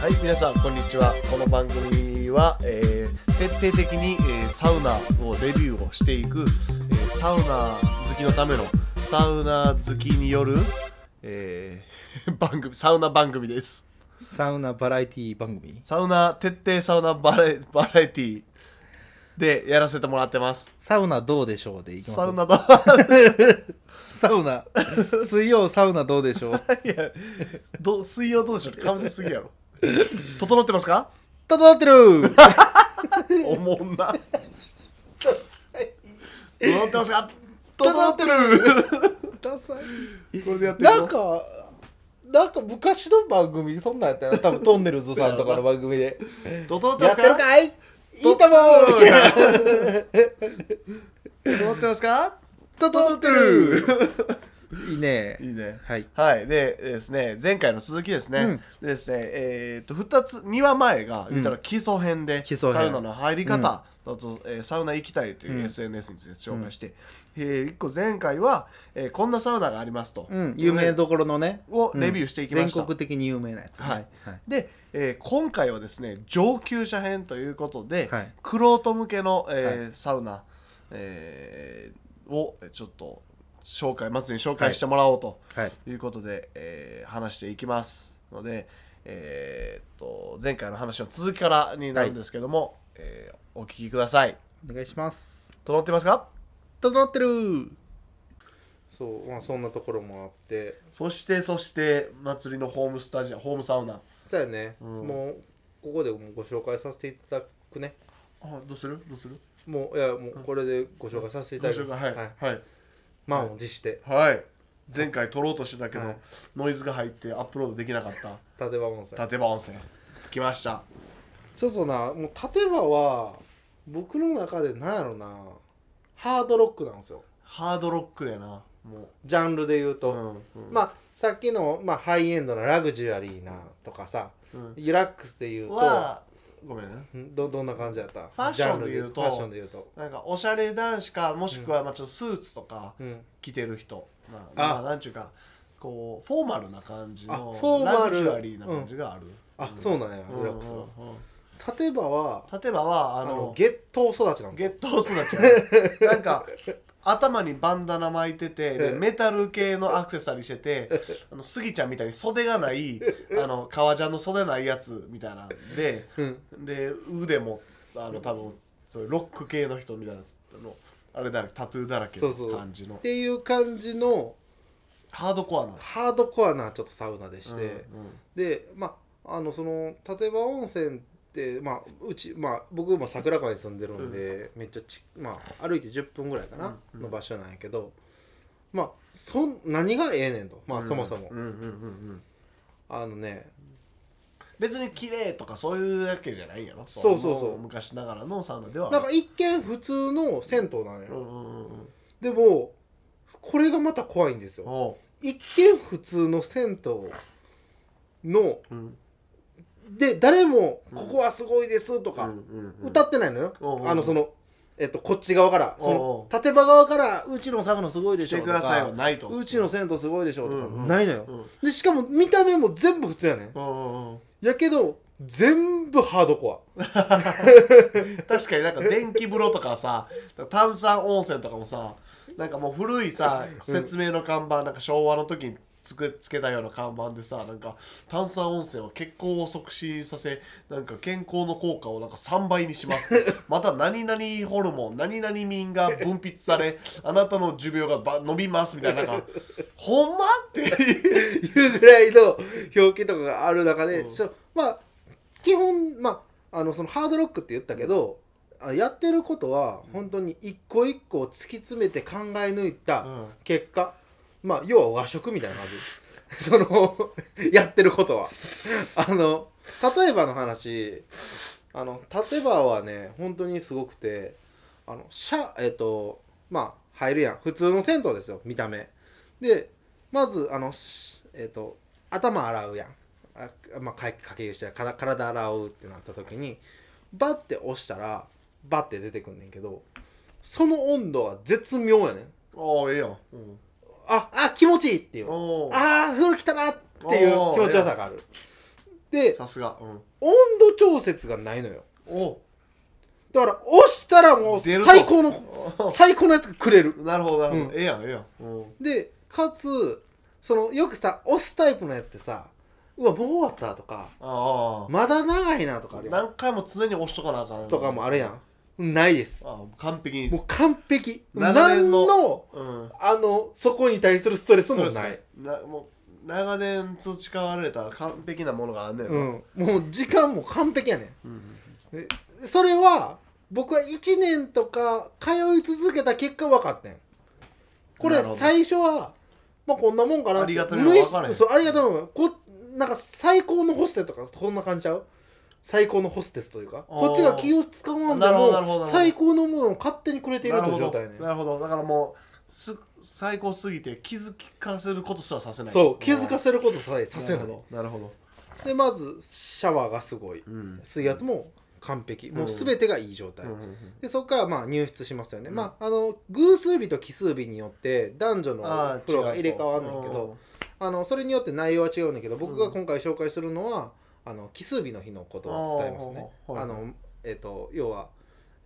はい皆さんこんにちはこの番組は、えー徹底的に、えーサウナをレビューをしていく、えーサウナ好きのためのサウナ好きによる、えー 番組サウナ番組ですサウナバラエティ番組サウナ徹底サウナバラエバラエティでやらせてもらってますサウナどうでしょうでいきますサウナだサウ ナ水曜サウナどうでしょういやどう水曜どうでしょうかぶせすぎやろ整ってますか整ってるおもんな整ってますか整ってるダサいこれでやってるなんかなんか昔の番組そんなんやったよな多分トンネルズさんとかの番組で整ってま やすってかるかいいいと思うみたいな整ってますか整ってるいいねいいねはいはいでですね前回の続きですね、うんでですねえー、と2つ2話前が言ったらう基礎編で、基礎編サウナの入り方だと、えーサウナ行きたいといううん SNS について紹介して、え1個前回は、えーこんなサウナがありますと、うん有名どころのねをうんレビューしていきました、全国的に有名なやつねはいで、えー今回はですね上級者編ということで、はいクロート向けの、えーはサウナ、えーをちょっと紹介まずに紹介してもらおうとはいいうことで、えー話していきますので、えーっと前回の話の続きからになるんですけども、えーお聞きくださいお願いします整ってますか整ってるそうまあそんなところもあってそしてそして祭りのホームスタジアムホームサウナそうやね、うんもうここでもご紹介させていただくねあどうするどうするもういやもうこれでご紹介させていただきます、はい、はいはい満を持してはい前回撮ろうとしてたけど、はいノイズが入ってアップロードできなかった立場温泉立場温泉来ましたそうそうなもう立場は僕の中でなんやろなハードロックなんですよハードロックやなもジャンルで言うう、と、うんまあさっきの、まあ、ハイエンドなラグジュアリーなとかさ、うんリラックスで言うとはごめんねんどどんな感じやっフたァッションで言うとジャンルファッションで言うと、なんかおしゃれ男子かもしくはまあちょっとスーツとかうん、着てる人、まあ、あまあなんちゅうかこうフォーマルな感じあのフォーマラルグジュアリーな感じがある、あそうなんやうんリラックスはうんうん例えばは例えばはああののゲット育ちなんですゲよットオスなちゃう なんか頭にバンダナ巻いててでええメタル系のアクセサリーしててあのスギちゃんみたいに袖がないあの革ジャンの袖ないやつみたいなんでうんで腕もあの多分そういうロック系の人みたいなあのあれだらけタトゥーだらけそうそうの感じのっていう感じのハードコアなハードコアなちょっとサウナでして、うんうんでまああのその立場温泉ってまあうちまあ僕も桜川に住んでるんで、めっちゃちまあ歩いて10分ぐらいかな、うんうんの場所なんやけどまあそん何がええねんとまあそもそも、うんうんうんうんあのね別に綺麗とかそういうわけじゃないんやろそうそうそうも昔ながらのサウナではなんか一見普通の銭湯なうんんよ、うんうんうんでもこれがまた怖いんですよおう一見普通の銭湯のうんで誰も「ここはすごいです」とうかんうんうん歌ってないのよ、おうおうおうあのその、えっと、こっち側からそおうおの立場側から「うちのサウナすごいでししょ」てとくださいはかないと。うちの銭湯すごいでしょ」とうんうかんないのよ、うんでしかも見た目も全部普通やねんうんうんやけど全部ハードコア確かになんか電気風呂とかさ炭酸温泉とかもさなんかもう古いさ説明の看板なんか昭和の時につくつけたような看板でさなんか炭酸温泉は血行を促進させなんか健康の効果をなんか3倍にしますってまた何々ホルモン何々民が分泌されあなたの寿命がば伸びますみたいななんかほんまっていういうぐらいの表記とかがある中で、うんちょまあ基本まああのそのハードロックって言ったけど、あやってることは本当に一個一個突き詰めて考え抜いた、結果まあ要は和食みたいな感じ そのやってることは あの例えばの話あの例えばはね本当にすごくてあのシャえっ、とまあ入るやん普通の銭湯ですよ見た目でまずあのしえっ、と頭洗うやんあ、まあ、かかけ湯してから体洗うってなった時にバッて押したらバッて出てくんねんけどその温度は絶妙やねんおーええやん、うん、ああ気持ちいいっていうおーああ風呂来たなっていう気持ちよさがあるでさすがうん温度調節がないのよおだから押したらもう出ると最高の 最高のやつがくれるなるほどなるほうんどええやんええやんうんでかつそのよくさ押すタイプのやつってさうわもう終わったとかあまだ長いなとかああるやん何回も常に押しとかなあかんとかもあるやんないですああ完璧にもう完璧長何年ののうんあのそこに対するストレスもそうないなもう長年培われた完璧なものがあんねんうな、ん、もう時間も完璧やねんうんそれは僕は1年とか通い続けた結果分かってんこなれるほど最初はまあこんなもんかなってありがたみも分からへん無意識そうありがたみもこなんか最高のホステスとかこんな感じちゃう最高のホステスというかあーこっちが気を使わんでなるほどなるほどなるもほど最高のものを勝手にくれているなとるいうほ状ど態やねんなるほどだからもうす最高すぎて気づかせることすらさせないそう気づかせることさえさせなないるほどなるほどでまずシャワーがすごいうん水圧も完璧もううん全てがいい状態、うんうんうんでそこからまあ入室しますよね、うんまああの偶数日と奇数日によって男女のああ風呂が入れ替わるんだけどあのそれによって内容は違うんだけど僕が今回紹介するのは、あの奇数日の日のことを伝えますねあああはいのえっ、と要は、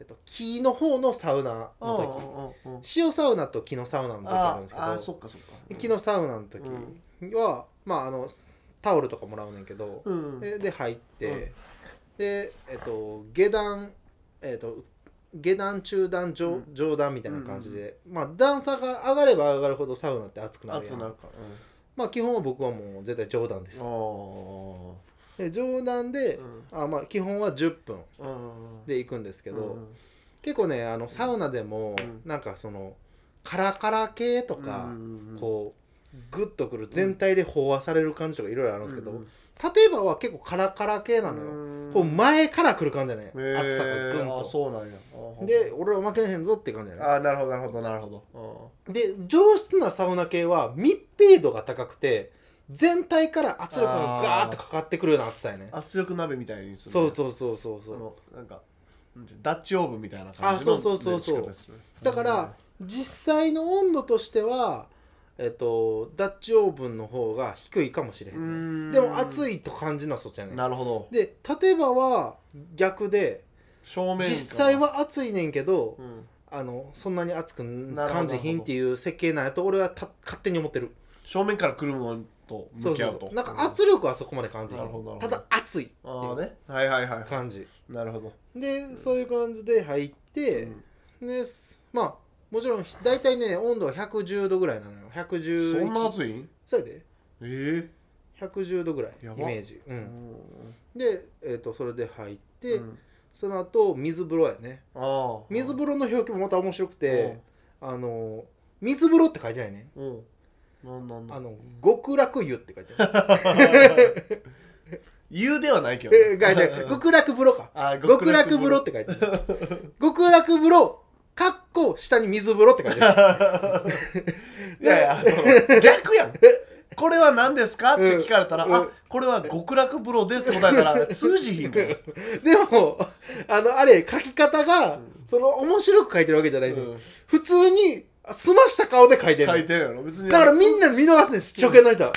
えっと木の方のサウナうんうんのうんうん時塩サウナと木のサウナの時あるあんですけあどそっかそっか木のサウナの時は、まああのタオルとかもらうねんけど、うんでで入って、うんでえっと下段えっと下段中段上,、うん上段みたいな感じで、まあ段差が上がれば上がるほどサウナって熱くなる熱やくなるんかまあ基本は僕はもう絶対上段ですらうんあで上段あで、うんあまあ基本は10分うんで行くんですけど、うん結構ねあのサウナでも、うんなんかそのカラカラ系とか、うんこうグッとくる全体で飽和される感じとかいろいろあるんですけど、うん例えばは結構カラカラ系なのよ、うんこう前から来る感じだね、へー暑さがぐんあとそうなんやあで俺は負けへんぞって感じだねああなるほどなるほどなるほどで上質なサウナ系は密閉度が高くて全体から圧力がガーッとかかってくるような暑さやねうん圧力鍋みたいにするそうそうそうそうそそうのなんかなんていうダッチオーブンみたいな感じのあそうそうそうそう練り方するだから実際の温度としてはえっとダッチオーブンの方が低いかもしれへうんねんでも暑いいと感じるのはそっちやねなるほどで例えばは逆で正面から実際は暑いねんけどうんあのそんなに熱くんなるほど感じひんっていう設計なんやと俺はた勝手に思ってる正面から来るものとそ向うきそ合ううとそうなんか圧力はそこまで感じひなるほどなんるたほどだ熱いってああいうねはいはいはい感じなるほどでそういう感じで入ってうんですまあもちろん大体ね温度は110度ぐらいなのよ111そんな暑いんそうやでえ110度ぐらいイやばメージ、うえん、で、えー、とそれで入って、うんその後水風呂やねああ水風呂の表記もまた面白くて、あの水風呂って書いてないねうんうんなんなんあだの極楽湯って書いてある。言うではないけどねえ書いてある極楽風呂か。あ極楽風呂って書いてある。極楽風呂、かっこ下に水風呂って書いてあ る。いやいやその逆やんこれは何ですかって聞かれたら、うんうあんこれは極楽風呂ですって答えたら通じひんから、でも、あの、あれ、書き方が、その、面白く書いてるわけじゃないね。うん普通に、すました顔で書いてる書ねい。てるやろ別にだからみんな見逃すねんです、初見の人は。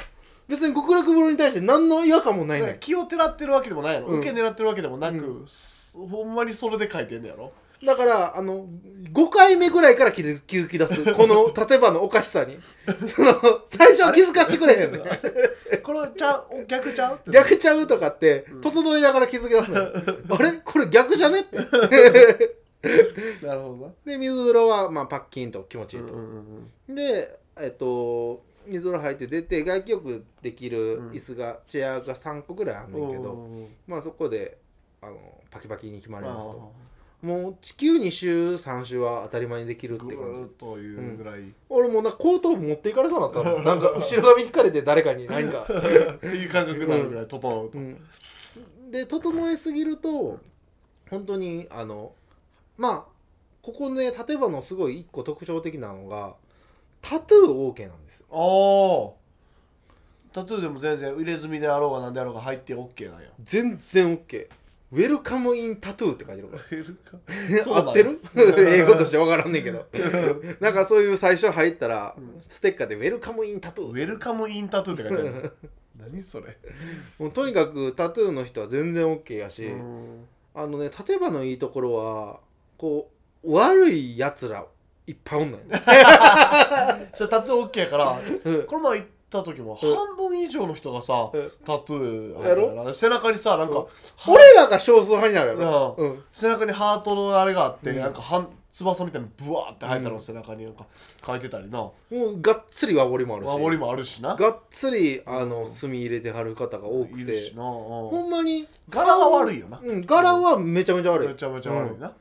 別に極楽風呂に対して何の違和感もないなんねか気をてらってるわけでもないやろ、うん受け狙ってるわけでもなく、うすほんまにそれで書いてんのやろん。だから、あの、5回目ぐらいから気づ気づき出す。この、立場のおかしさに。その、最初は気づかしてくれへんの。これちゃうお逆ちゃうって逆ちゃうとかって、うん整いながら気づき出すのよ あれこれ逆じゃねってなるほどなで水風呂は、まあ、パッキンと気持ちいいうんと、うんでえっと水風呂入って出て外気浴できうるん椅子が、チェアが3個ぐらいあんうねんんけうどんうんまあそこであのパキパキに決まりますとあもう地球2周3周は当たり前にできるっーぐて感ーじっというぐらい、俺もうなんか後頭部持っていかれそうになったのなんか後ろ髪引かれて誰かに何か っていう感覚になるぐらい整うと、で整えすぎると本当にあのまあここね例えばのすごい一個特徴的なのがタトゥー OK なんですよああタトゥーでも全然入れ墨であろうが何であろうが入って OK なんや全然 OK ウェルカムインタトゥーって書いてるからそうなんや合ってる 英語として分からんねんけどなんかそういう最初入ったら、うんステッカーでウェルカムインタトゥウーェルカムインタトゥーって書いてある何それもうとにかくタトゥーの人は全然 OK やし、うんあのね立場のいいところはこう悪いやつらいっぱいおん のよそれタトゥー OK やからうんこの前行った時もうん半分以上の人がさうんタトゥーやろあるから背中にさなんうんかは俺らが少数派になるやろ、ううん背中にハートのあれがあってうんなんか半翼みたいにブワーって生えたのうをん背中になんか書いてたりなもうがっつり和彫りもあるし守りもあるしながっつりあのうん墨入れてはる方が多くいるてしなうんほんまに柄は悪いよなうん、柄はめちゃめちゃ悪い、めちゃめちゃ悪いな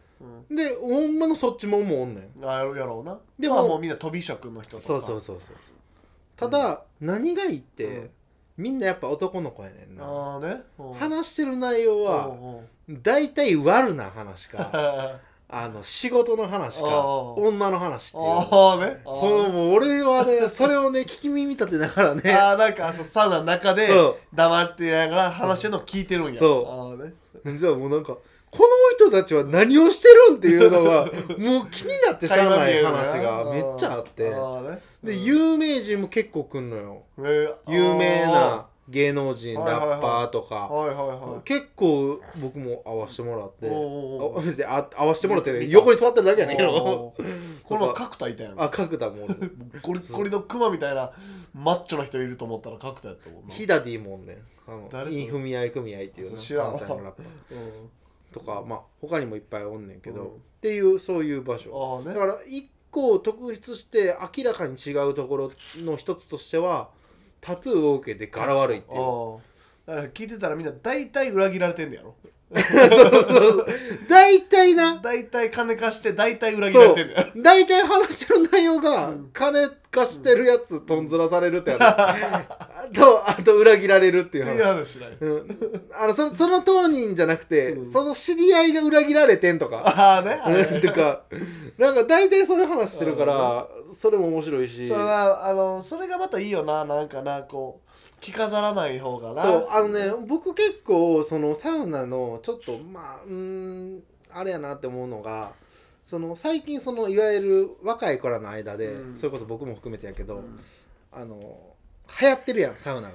うんでほんまのそっちもんもおんねんあやろうなででもももうみんな飛び職の人とかそうそうそうそうただ、何がいいって、みんなやっぱ男の子やねんなああねうん話してる内容うはんうん大体悪な話 かああの仕事の話かあー女の 話っていうあねあこのーねもう俺はねそれをね聞き耳立てながらねあーなんかそうサウナの中でそ黙ってやりながら話してるのを聞いてるんやそうあーねうじゃあもうなんかこの人たちは何をしてるんっていうの がもう気になってしゃあない話がめっちゃあってあーねでうん有名人も結構来んのよえーあー有名な芸能人はいはいはいラッパーとかはいはいはい結構僕も会わしてもらっておうおうおうあ別にあ会わしてもらってね見た横に座ってるだけやねんけどおーこの前角田いたやん あ角田もおるゴリッゴリのクマみたいなマッチョな人いると思ったら角田やったもんなヒダディもおんねんあの誰それインフミアイ組合っていうね知らん関西のラッパーうんとかまあ他にもいっぱいおんねんけど、うんっていうそういう場所ああねだから一個を特筆して明らかに違うところの一つとしてはタトゥーを受けて柄悪いっていうああだから聞いてたらみんな大体裏切られてんのやろ そうそうそう大体な大体金貸して大体裏切られてんのやろ大体話してる内容が、うん金貸してるやつとんずらされるってやつあ とあと裏切られるっていうっていう話話ないうん、あのそその当人じゃなくて、うんその知り合いが裏切られてんとかああねあれ とかなんか大体そういう話してるからそれも面白いしそれがあのそれがまたいいよななんかなこう着飾らない方がなそうあのね僕結構そのサウナのちょっとまあうーんあれやなって思うのがその最近そのいわゆる若い子らの間で、うんそれこそ僕も含めてやけうど、んあの流行ってるやんサウナが。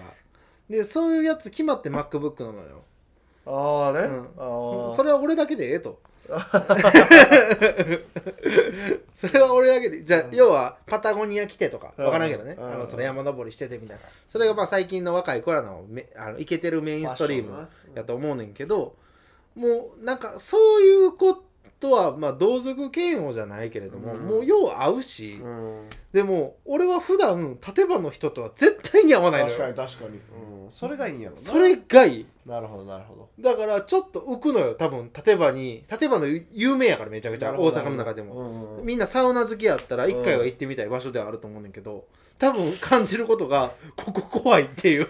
でそういうやつ決まって MacBook なのよ。ああね、うんああそれは俺だけでええ と。それは俺だけでじゃあ、うん要はパタゴニア来てとかわからんけどね、うんあのその山登りしててみたいなそれがまあ最近の若い子らのめあのイケてるメインストリームやと思うねんけどもうなんかそういうことはまあ同族嫌悪じゃないけれども、うんもうよう合うし、うんでも俺は普段立場の人とは絶対に合わないの確かよに確かに、うん、それがいいんやろなそれがいいなるほどなるほどだからちょっと浮くのよ多分立場に立場の有名やからめちゃくちゃ大阪の中でも、もみんなサウナ好きやったらうん一回は行ってみたい場所ではあると思うねんだけど多分感じることがここ怖いっていう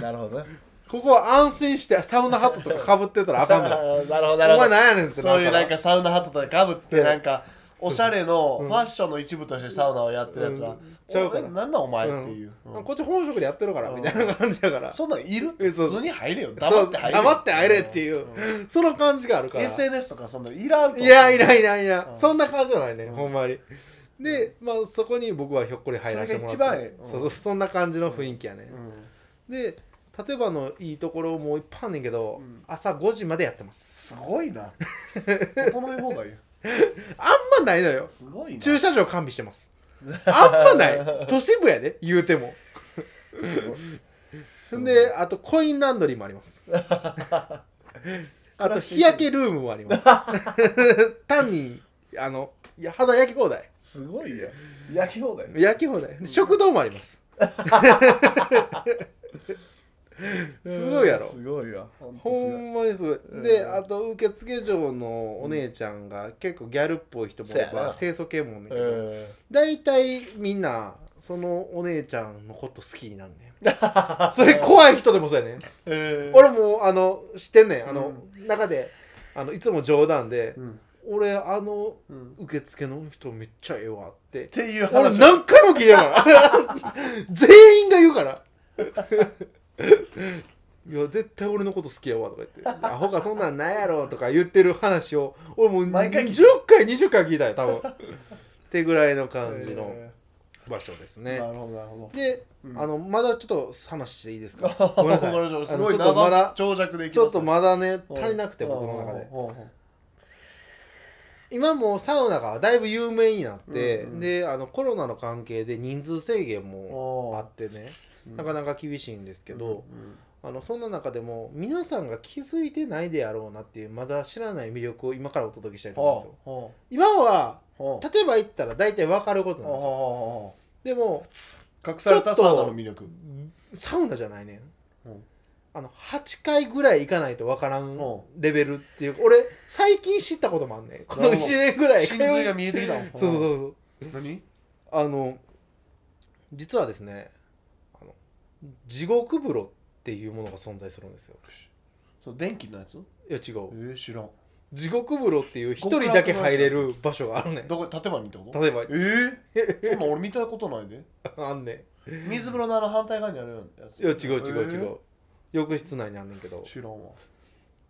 なるほどね ここは安心してサウナハットとかかぶってたらあかんのよ なるほど おなるほ前どなんやねんってそういうなんかかサウナハットとかかぶってなんかおしゃれのうフんァッションの一部としてサウナをやってるやつうはん「ちゃうからお前なんだお前」っていうらうんこっち本職でやってるからうんみたいな感じやからそんなんいるえ普そう通に入れよ黙って入れそよう黙って入れっていうんその感じがあるから SNS とかそんなんいらんと思ういやいないいないいな、うんそんな感じじゃないね、うんほんまにでまあそこに僕はひょっこり入らせてもらってそれが一番ええうんそうそうそんな感じの雰囲気やねう、んで例えばのいいところもいっぱいあんねんけど、うん朝5時までやってますすごい な整え方がいいあんまないのよすごいな駐車場完備してますあんまない都市部やで言うてもであとコインランドリーもありますあと日焼けルームもあります単にあのいや肌焼き放題すごいや焼き放題焼き放題食堂もありますすごいやろすごいわほんとすごほいんまにすごい、うんであと受付嬢のお姉ちゃんが結構ギャルっぽい人もいれそうやばな清楚系もおんねんけど、え大体みんなそのお姉ちゃんのこと好きになんねんそれ怖い人でもそうやねんーえー俺もあの知ってんねんあの、中であのいつも冗談でうん「俺あのうん受付の人めっちゃええわ」ってっていう俺話何回も聞いたから 全員が言うから いや絶対俺のこと好きやわとか言って「アホかそんなんないやろ」とか言ってる話を俺もう毎回聞い10回20回聞いたよ多分ってぐらいの感じのえ場所ですねなるほどなるほどで、うんあのまだちょっと話していいですかごごめんなさいあのすごいちょっとま長だ長尺でいき ちょまっすねとまだねうん足りなくて僕の中でうんうんうん今もうサウナがだいぶ有名になって、うんうんであのコロナの関係で人数制限もうんあってねうんなかなか厳しいんですけど、うんあのそんな中でも皆さんが気づいてないであろうなっていうまだ知らない魅力を今からお届けしたいと思うんですよ。ほ今はうほうほう例えば言ったら大体わかることなんほうですよ。ほでもうほう隠されたサウナの魅力サウナじゃないねんうん。あの8回ぐらい行かないとわからんうんレベルっていう俺最近知ったこともあんねんこの1年ぐらい心髄が見えてきたもん そうそうそうそう何あの実はですねあの地獄風呂っていうものが存在するんですよそう電気のやついや違えうー、知らん地獄風呂っていう一人だけ入れる場所があるねんどこ建場にってこと例えばえー、そんなん俺見たことないであんね水風呂のあの反対側にあるやつんいや違う違う違えーう浴室内にあんねんけど知らんわ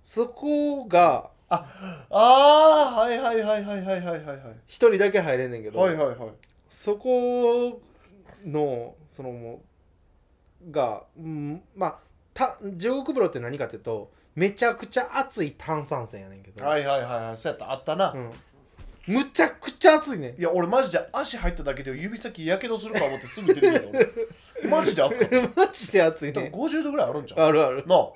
そこがああはいはいはいはいはいはいはいはい一人だけ入れんねんけど、はいはいはいそこのそのもうが、うん、まあた地獄風呂って何かっていうとめちゃくちゃ熱い炭酸泉やねんけど、はいはいはいはいそうやったあったな、うん、むちゃくちゃ熱いねんいや俺マジで足入っただけで指先やけどするか思ってすぐ出てきた俺マジで熱か ったマジで熱い多分ね50度ぐらいあるんちゃうあるあるなあ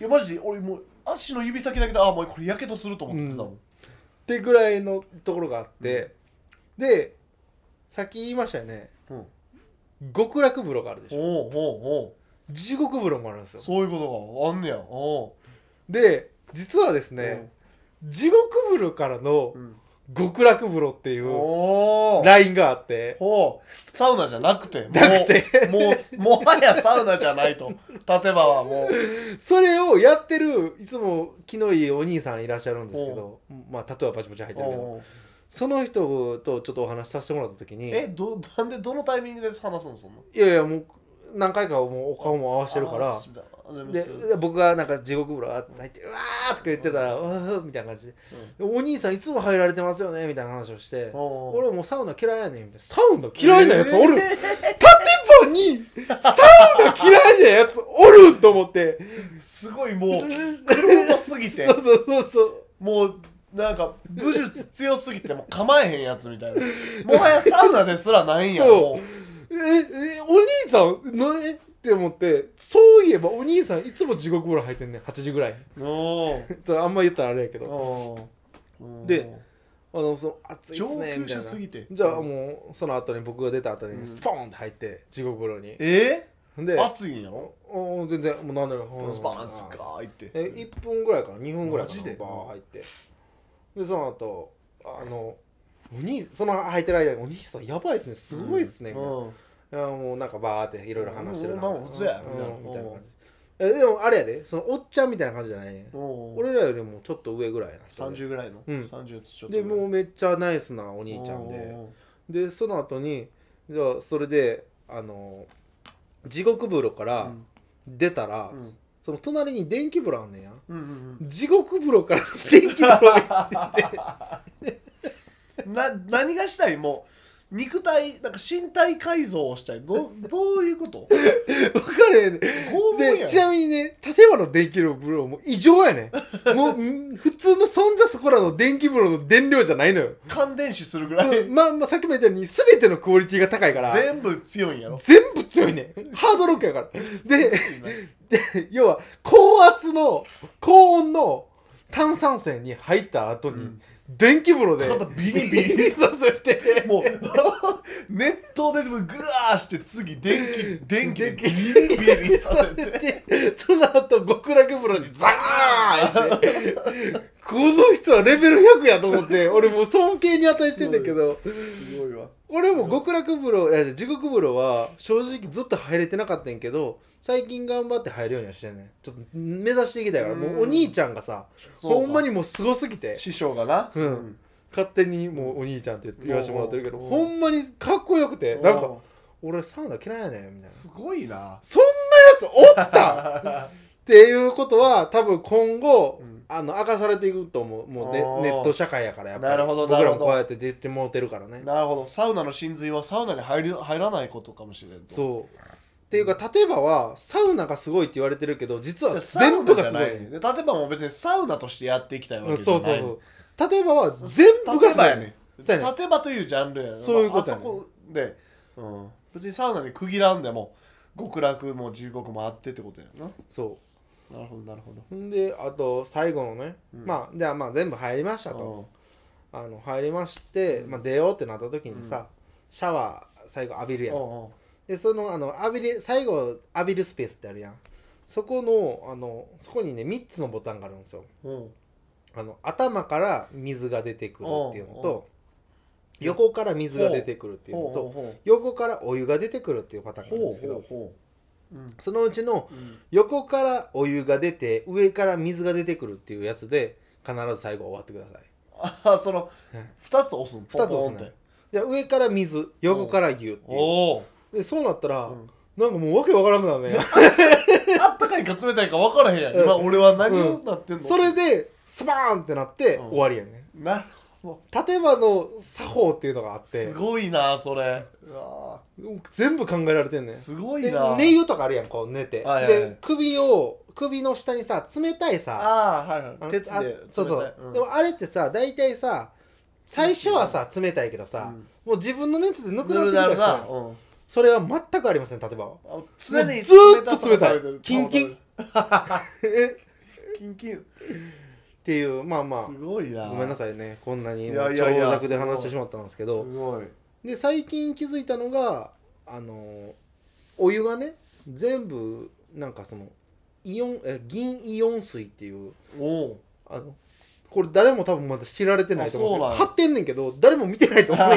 いやマジで俺もう足の指先だけでああもうこれやけどすると思ってたもん、ってぐらいのところがあって、でさっき言いましたよねうん、極楽風呂があるでしょおうおうおう地獄風呂もあるんですよそういうことがあんねやおで実はですうね、地獄風呂からのうん極楽風呂っていうん、うおおラインがあってほうサウナじゃなくてもうなくてもうもはやサウナじゃないと立場は もうそれをやってるいつも気のいいお兄さんいらっしゃるんですけどまあタトゥーはバチバチ入ってるけどおうその人とちょっとお話しさせてもらった時にえどなんでどのタイミングで話すのそんないやいやもう何回かもうお顔も合わせてるからあーすあでもです僕がなんか地獄風呂あって入って「うわ!」とか言ってたら「うわー!」みたいな感じで「お兄さんいつも入られてますよね」みたいな話をしうてん「おう俺もうサウナ嫌いやねん」みたいな「サウナ嫌いなやつおるえー建物にサウナ嫌いなやつおるん!」と 思ってすごい もう黒とすぎそてうそうそうそうもうなんか武術強すぎてもう構えへんやつみたいなもはやサウナですらないんやそうもええお兄さんなえって思ってそういえばお兄さんいつも地獄風呂入ってんねん8時ぐらいう おちょあんま言ったらあれやけーどおーであのその暑いっ上すね級みた者いなすぎてじゃあもうその後に僕が出た後うにんスポーンって入って地獄風呂にえでー、熱いんやろおお全然もう何だろうスパンスガーいってえ1分ぐらいかな2分ぐらいかなマジでバー入ってでその後あのお兄その入ってる間に「お兄さんやばいっすねすごいっすね」みたいなうんいやもうなんかバーっていろいろ話してるうんうん嘘やうんうんみみたいたないな感じえでもあれやでそのおっちゃんみたいな感じじゃないねおー俺らよりもちょっと上ぐらいな人で30ぐらいの、うん30ちょっとでもうめっちゃナイスなお兄ちゃんででその後にじゃあそれであの地獄風呂かあらうん出たら、うんその隣に電気風呂あんねんやうん地獄風呂から電気風 呂へうん、 な何がしたいもう肉体なんか身体改造をしたいどどういうこと分かれへんねん拷問やでんちなみにね立山の電気風呂も異常やねんもうん普通のそんじゃそこらの電気風呂の電量じゃないのよ感電死するぐらそういまあまあさっきも言ったように全てのクオリティが高いから全部強いんやろ全部強いねんハードロックやから でで要は高圧の高温の炭酸泉に入った後に、うん電気風呂で肩ビリビリそうそうしてもう 熱湯ででもグワーして次電気電気でビリビリさせてでその後極楽風呂にザーンってこの人はレベル100やと思って俺もう尊敬に値してんだけどすごいわ俺も極楽風呂いや地獄風呂は正直ずっと入れてなかったんやけど最近頑張って入るようにはしてんねんちょっと目指していきたいからもうお兄ちゃんがさほんまにもうすごすぎて師匠がなうん勝手にもうお兄ちゃんって言って言わせてもらってるけどうんほんまにかっこよくてなんか俺サウナ嫌いやねんみたいなすごいなそんなやつおったんっていうことは多分今後うんあの明かされていくと思うもうねおーネット社会やからやっぱなりるほど僕ならるもほどこうやって出てもうてるからねなるほどサウナの真髄はサウナに入り入らないことかもしれんとそうっていうか例えばはサウナがすごいって言われてるけど実はサウ全ナ部じがゃすごないいねで例えばもう別にサウナとしてやっていきたいわうんけじゃそなういそうそう例えばは全部がすごい例えばやねそうやね例えばというジャンルやねそういうことやまあねあそこで、うん、別にサウナに区切らんでも極楽も地獄もあってってことやなそなるほどなるほどうほんであと最後のね、うんまあじゃあまあ全部入りましたと、あの入りまして、まあ、出ようってなった時にさ、シャワー最後浴びるやん、うんでそのあの浴びる最後浴びるスペースってあるやんそこのあのそこにね3つのボタンがあるんですようんうんあの頭から水が出てくるっていうのおうおうと横から水が出てくるっていうのとほう横からお湯が出てくるっていうパターンがあるんほうほうですけどほううんそのうちのうん横からお湯が出て上から水が出てくるっていうやつで必ず最後終わってください あそのね2つ押すん2つ押すねじゃあ上から水横から湯っていうおおでそうなったら、ーうんなんかもうわけわからんくなる ねあったかいか冷たいか分からへんやんうん今俺は何をなってんのそれでスパーンってなってうん終わりやねなるほ例えばの作法っていうのがあっどすてごいなそれうわ全部考えられてんねーんすごいでな寝湯とかあるやんこう寝て、はいはいはいで首を首の下にさ冷たいさああはいあはのい鉄であ冷たいそうそう、んでもあれってさ大体さ最初はさ冷たいけどさ、うんもう自分の熱でぬくぬなってるなくからるなさそれは全くありません例えばはうんあ常にずーっとさが垂れてる冷たいキンキン キンキンっていうまあますごいなあごめんなさいさいねこんなにい長やいやいや尺で話してしまったんですけすどごいで最近気づいたのがあのお湯がね全部なんかそのイオンえ銀イオン水っていうおおあのこれ誰も多分まだ知られてないと思うんですあそうなんやけど貼ってんねんけど誰も見てないと思うん だ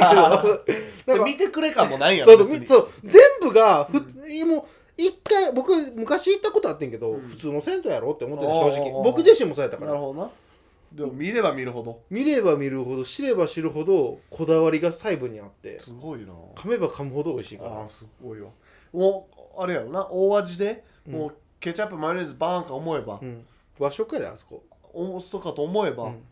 けどなんか見てくれ感もないやそろうそう別にそう全部がふ、もう一回僕昔行ったことあってんけど、うん普通の銭湯やろって思ってるあー正直僕自身もそうやったかなるらほどなでも見れば見るほど見れば見るほど知れば知るほどこだわりが細部にあってすごいな噛めば噛むほど美味しいかあらあすごいわもうあれやろな大味でうんもうケチャップマヨネーズバーンか思えばうん、和食やであそこ、お酢とかと思えばうん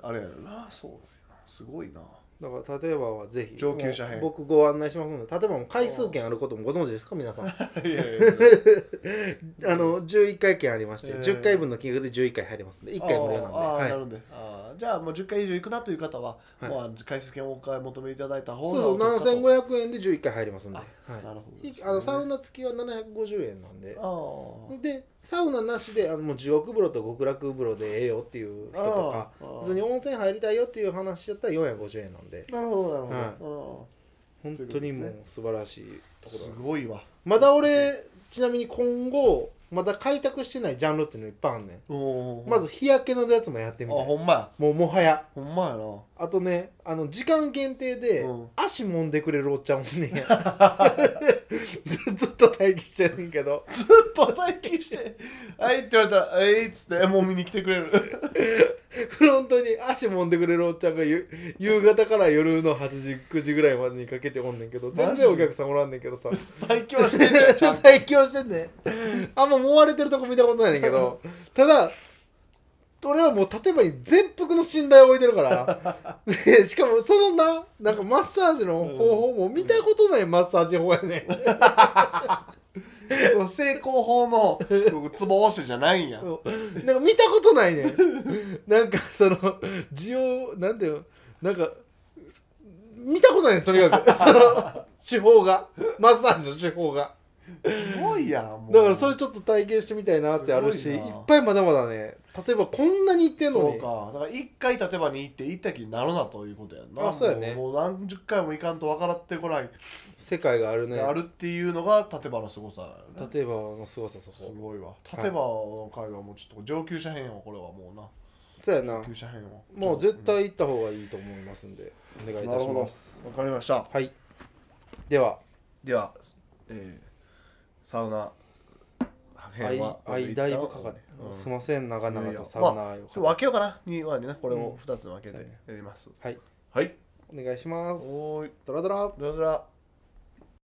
あれやろなそうなんやなすご いなだから例えばはぜひ上級者編もう僕ご案内しますので例えばもう回数券あることもご存知ですか 皆さんあいやいやいの11回券ありまして、えー10回分の金額で11回入りますんで1や回無料なんでああ、はいなるんでああじゃあもう10回以上行くなという方は、はいもうあの回数券をお買い求めいただいた方そうがそうお得かと7500円で11回入りますんで、はあいなるほどですねあのサウナ付きは750円なんであでサウナなしであのもう地獄風呂と極楽風呂でええよっていう人とかあー普通に温泉入りたいよっていう話やったら450円なんであなるほどなるほ本当にもう素晴らしいど、ところすだごいわまだ俺ちなみに今後まだ開拓してないジャンルっていうのいっぱいあんねおんまず日焼けのやつもやってあみたいほんまやもうもはやほんまやなあとねあの時間限定でうん足揉んでくれるおっちゃんもいんねんや ずっと待機してんねんけどずっと待機して 「はい」って言われたら「えい」っつってもう見に来てくれるフロントに足揉んでくれるおっちゃんがゆ夕方から夜の8時9時ぐらいまでにかけておんねんけど全マジ然お客さんおらんねんけどさ待機はしてんじ ゃんちゃんと最強してんねんあんま揉まれてるとこ見たことないねんけどただ俺はもう例えばに全幅の信頼を置いてるから でしかもそのななんかマッサージの方法も見たことないマッサージ法やねんその成功法の僕ツボ押しじゃないんやそうなんか見たことないねんなんかその需要なんていうのなんか見たことないねんとにかくその手法がマッサージの手法がすごいやんもうだからそれちょっと体験してみたいなってあるしすいごいっなぱいまだまだね例えばこんなにいってんのそうにかだから一回立てばに行って行った気になるなということやんなあそうやねもうもう何十回も行かんと分からってこない、世界があるねあるっていうのが立てばの凄さだよね例えばのすごさそすこごいわ立てばの会はもうちょっと上級者編はこれはもうなそうやな上級者編はもう絶対行った方がいいと思いますんでお願いいなたるしほどまわすかりましたはいではでは、えー、サウナあい編はあいだいぶかかってうんすいません長いや々いやとサウまナあよちょかっとっ分けようかな2はねこれうんを2つに分けてやります、たはいはいお願いしますおーいドラドラどうぞ